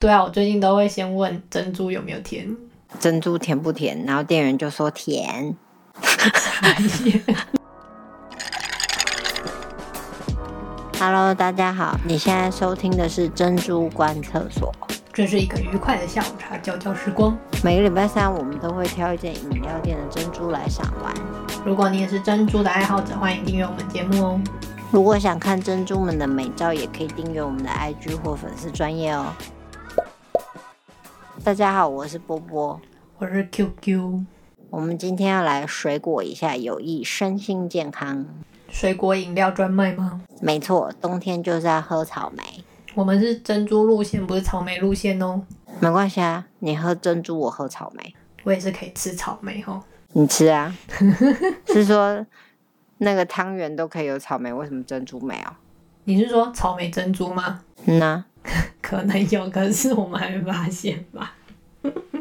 对啊，我最近都会先问珍珠有没有甜，珍珠甜不甜？然后店员就说甜。Hello，大家好，你现在收听的是珍珠观厕所。 这是一个愉快的下午茶交交时光。每个礼拜三，我们都会挑一间饮料店的珍珠来赏玩。如果你也是珍珠的爱好者，欢迎订阅我们节目哦。如果想看珍珠们的美照，也可以订阅我们的 IG 或粉丝专业哦。大家好，我是波波。我是 QQ，我们今天要来水果一下，有益身心健康。水果饮料专卖吗？没错，冬天就是要喝草莓。我们是珍珠路线，不是草莓路线哦。没关系啊，你喝珍珠，我喝草莓。我也是可以吃草莓哦。你吃啊？ 是说那个汤圆都可以有草莓，为什么珍珠没有？你是说草莓珍珠吗？嗯呐、可能有，可是我们还没发现吧。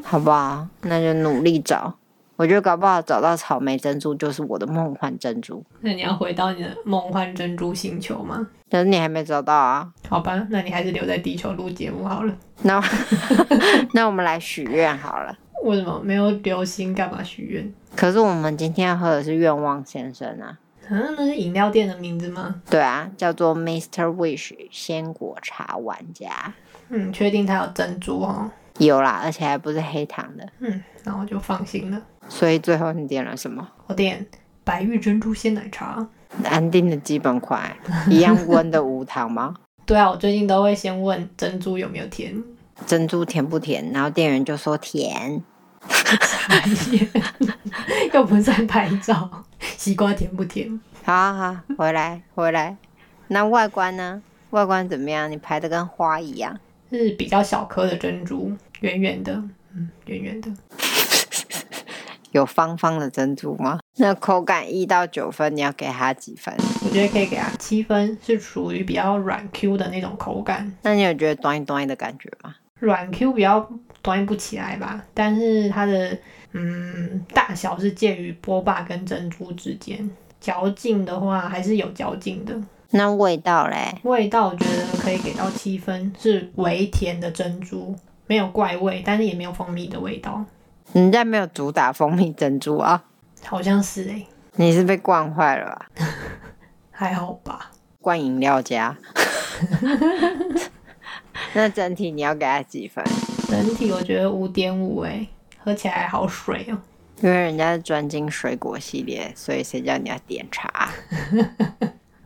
好不好？那就努力找。我觉得搞不好找到草莓珍珠就是我的梦幻珍珠，那你要回到你的梦幻珍珠星球吗？可是你还没找到啊。好吧，那你还是留在地球录节目好了。那 我那我们来许愿好了。为什么没有流星？干嘛许愿？可是我们今天要喝的是愿望先生啊，嗯，那是饮料店的名字吗？对啊，叫做 Mr. Wish 鲜果茶玩家，嗯，确定它有珍珠哦。有啦，而且还不是黑糖的。嗯，那我就放心了。所以最后你点了什么？我点白玉珍珠鲜奶茶。安定的基本款，一样温的无糖吗？对啊，我最近都会先问珍珠有没有甜。 珍珠甜不甜？然后店员就说甜。又不是在拍照，西瓜甜不甜？好好好，回来回来。那外观呢？外观怎么样？你排的跟花一样。是比较小颗的珍珠，圆圆的，嗯，圆圆的。有方方的珍珠吗？那口感一到九分，你要给它几分？我觉得可以给它七分，是属于比较软 Q 的那种口感，那你有觉得端一端一的感觉吗？软 Q 比较端不起来吧。但是它的嗯大小是介于波霸跟珍珠之间，嚼劲的话还是有嚼劲的。那味道嘞？味道我觉得可以给到七分，是微甜的珍珠，没有怪味，但是也没有蜂蜜的味道，人家没有主打蜂蜜珍珠啊，好像是诶、你是被惯坏了吧？还好吧。灌饮料家。 那整体你要给它几分？整体我觉得五点五诶，喝起来好水哦、因为人家是专精水果系列，所以谁叫你要点茶？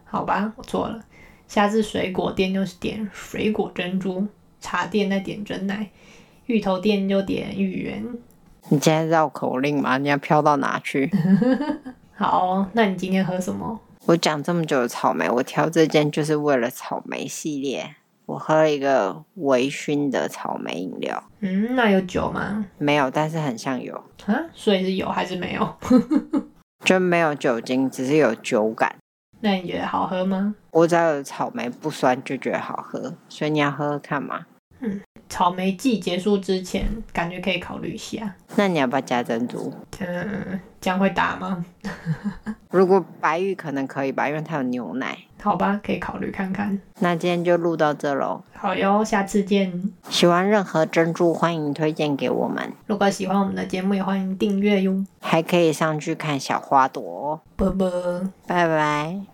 好吧，我错了，下次水果店就是点水果珍珠，茶店再点真奶，芋头店就点芋圆。你今天绕口令吗？你要飘到哪去？好哦，那你今天喝什么？我讲这么久的草莓，我挑这件就是为了草莓系列。我喝了一个微醺的草莓饮料，嗯，那有酒吗？没有，但是很像有，啊，所以是有还是没有？ 就没有酒精，只是有酒感。那你觉得好喝吗？我只要有草莓不酸就觉得好喝，所以你要喝喝看嘛。草莓季结束之前，感觉可以考虑一下。那你要不要加珍珠？嗯，这样会打吗？如果白玉可能可以吧，因为它有牛奶。好吧，可以考虑看看。那今天就录到这喽。好哟，下次见。喜欢任何珍珠，欢迎推荐给我们，如果喜欢我们的节目，也欢迎订阅哟。还可以上去看小花朵哦。啵啵。拜拜。